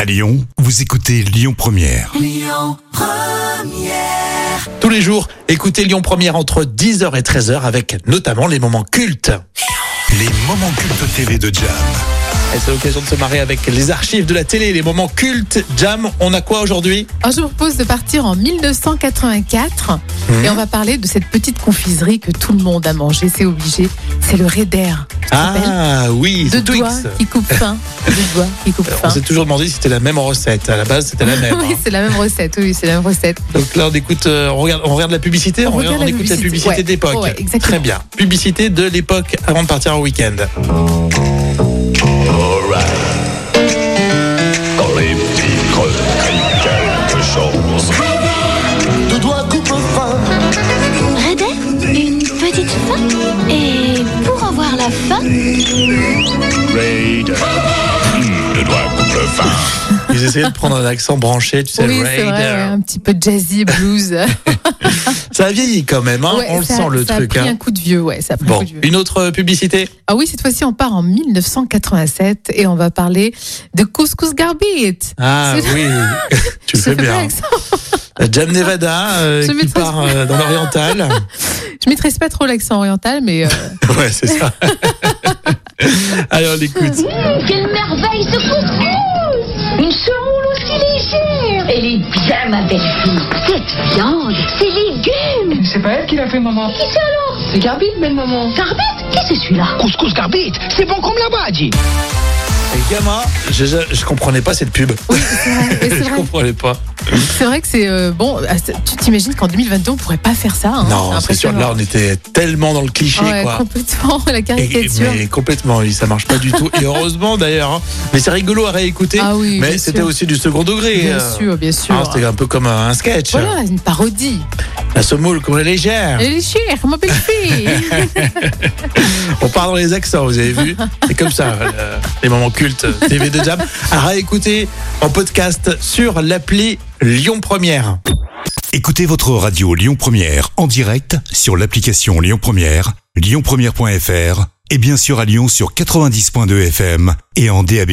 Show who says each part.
Speaker 1: À Lyon, vous écoutez Lyon Première.
Speaker 2: Tous les jours, écoutez Lyon Première entre 10h et 13h avec notamment les moments cultes.
Speaker 1: Les moments cultes TV de Jam.
Speaker 2: Et c'est l'occasion de se marrer avec les archives de la télé, les moments cultes. Jam, on a quoi aujourd'hui
Speaker 3: Alors, je vous propose de partir en 1984
Speaker 2: Mhm.
Speaker 3: et on va parler de cette petite confiserie que tout le monde a mangé, c'est obligé. C'est le Raider. Tu te rappelles
Speaker 2: Ah oui,
Speaker 3: Deux
Speaker 2: c'est Twix.
Speaker 3: doigts qui coupe fin. Deux doigts qui coupe
Speaker 2: On
Speaker 3: fin.
Speaker 2: s'est toujours demandé si c'était la même recette. À la base, c'était la même.
Speaker 3: Oui,
Speaker 2: hein.
Speaker 3: c'est la même recette. Oui, c'est la même recette.
Speaker 2: Donc là, on écoute, euh, on regarde, on regarde la publicité,
Speaker 3: On
Speaker 2: on, regarde-
Speaker 3: regarde la
Speaker 2: on écoute la
Speaker 3: publicité,
Speaker 2: publicité
Speaker 3: ouais.
Speaker 2: d'époque.
Speaker 3: Ouais, exactement.
Speaker 2: Très bien. Publicité de l'époque avant de partir au week-end.
Speaker 4: Quand les petits creux crient quelque chose. Deux doigts coupe fin.
Speaker 5: Raidet, une petite fin. Et pour avoir la fin,
Speaker 4: Raid. Hmm, Deux doigts coupe fin.
Speaker 2: Ils essayaient de prendre un accent branché, tu sais,
Speaker 3: oui, c'est
Speaker 2: Raider.
Speaker 3: vrai. hein. ouais, un petit peu jazzy, blues.
Speaker 2: Ça a vieilli quand même, hein.
Speaker 3: Ouais,
Speaker 2: on le
Speaker 3: ça-
Speaker 2: sent le
Speaker 3: ça
Speaker 2: truc.
Speaker 3: a pris
Speaker 2: hein.
Speaker 3: un coup de vieux. Ouais, ça a pris un
Speaker 2: Bon,
Speaker 3: coup de vieux.
Speaker 2: une autre publicité
Speaker 3: Ah oui, cette fois-ci, on part en 1987 et on va parler de Couscous Garbit.
Speaker 2: Ah
Speaker 3: C'est-
Speaker 2: oui, tu le
Speaker 3: Je
Speaker 2: fais
Speaker 3: fais pas
Speaker 2: bien.
Speaker 3: l'accent.
Speaker 2: Jam Nevada euh,
Speaker 3: Je
Speaker 2: qui
Speaker 3: maîtrise
Speaker 2: part euh, dans l'oriental.
Speaker 3: Je maîtrise pas trop l'accent oriental, mais euh,
Speaker 2: ouais, c'est ça. Allez, on écoute.
Speaker 6: Quelle merveille ce couscous Une cheroule aussi légère Elle est bien, ma belle-fille Cette viande, ces légumes
Speaker 7: C'est pas elle qui l'a fait, maman.
Speaker 6: Qui c'est alors
Speaker 7: C'est Carbide, belle maman.
Speaker 6: Carbette Qui c'est celui-là
Speaker 8: Couscous Garbit, c'est bon comme la badge.
Speaker 2: Et Gamma, je, je, je comprenais pas cette pub.
Speaker 3: oui, c'est vrai. Et c'est
Speaker 2: je
Speaker 3: vrai. Oh,
Speaker 2: comprenais pas.
Speaker 3: C'est vrai que c'est euh, bon. ah, c'est- Tu t'imagines qu'en 2022 on pourrait pas faire ça. hein,
Speaker 2: non, c'est sûr.
Speaker 3: impressionnant.
Speaker 2: Là, on était tellement dans le cliché,
Speaker 3: Ouais,
Speaker 2: quoi.
Speaker 3: complètement la
Speaker 2: Et- et-
Speaker 3: caricature.
Speaker 2: mais complètement, oui, ça marche pas du tout. Et heureusement d'ailleurs. hein. Mais c'est rigolo à réécouter.
Speaker 3: Ah oui,
Speaker 2: mais
Speaker 3: bien
Speaker 2: c'était
Speaker 3: sûr.
Speaker 2: aussi du second degré.
Speaker 3: Bien
Speaker 2: euh.
Speaker 3: sûr, bien sûr.
Speaker 2: Ah, c'était un peu comme un sketch.
Speaker 3: voilà, une parodie.
Speaker 2: La semoule, comme elle est légère.
Speaker 3: Elle est chère, ma belle-fille.
Speaker 2: On part dans les accents, vous avez vu C'est comme ça, euh, les moments cultes TV de Jam. À réécouter en podcast sur l'appli Lyon Première.
Speaker 1: Écoutez votre radio Lyon Première en direct sur l'application Lyon Première, lyonpremière.fr et bien sûr à Lyon sur 90.2 FM et en DAB+.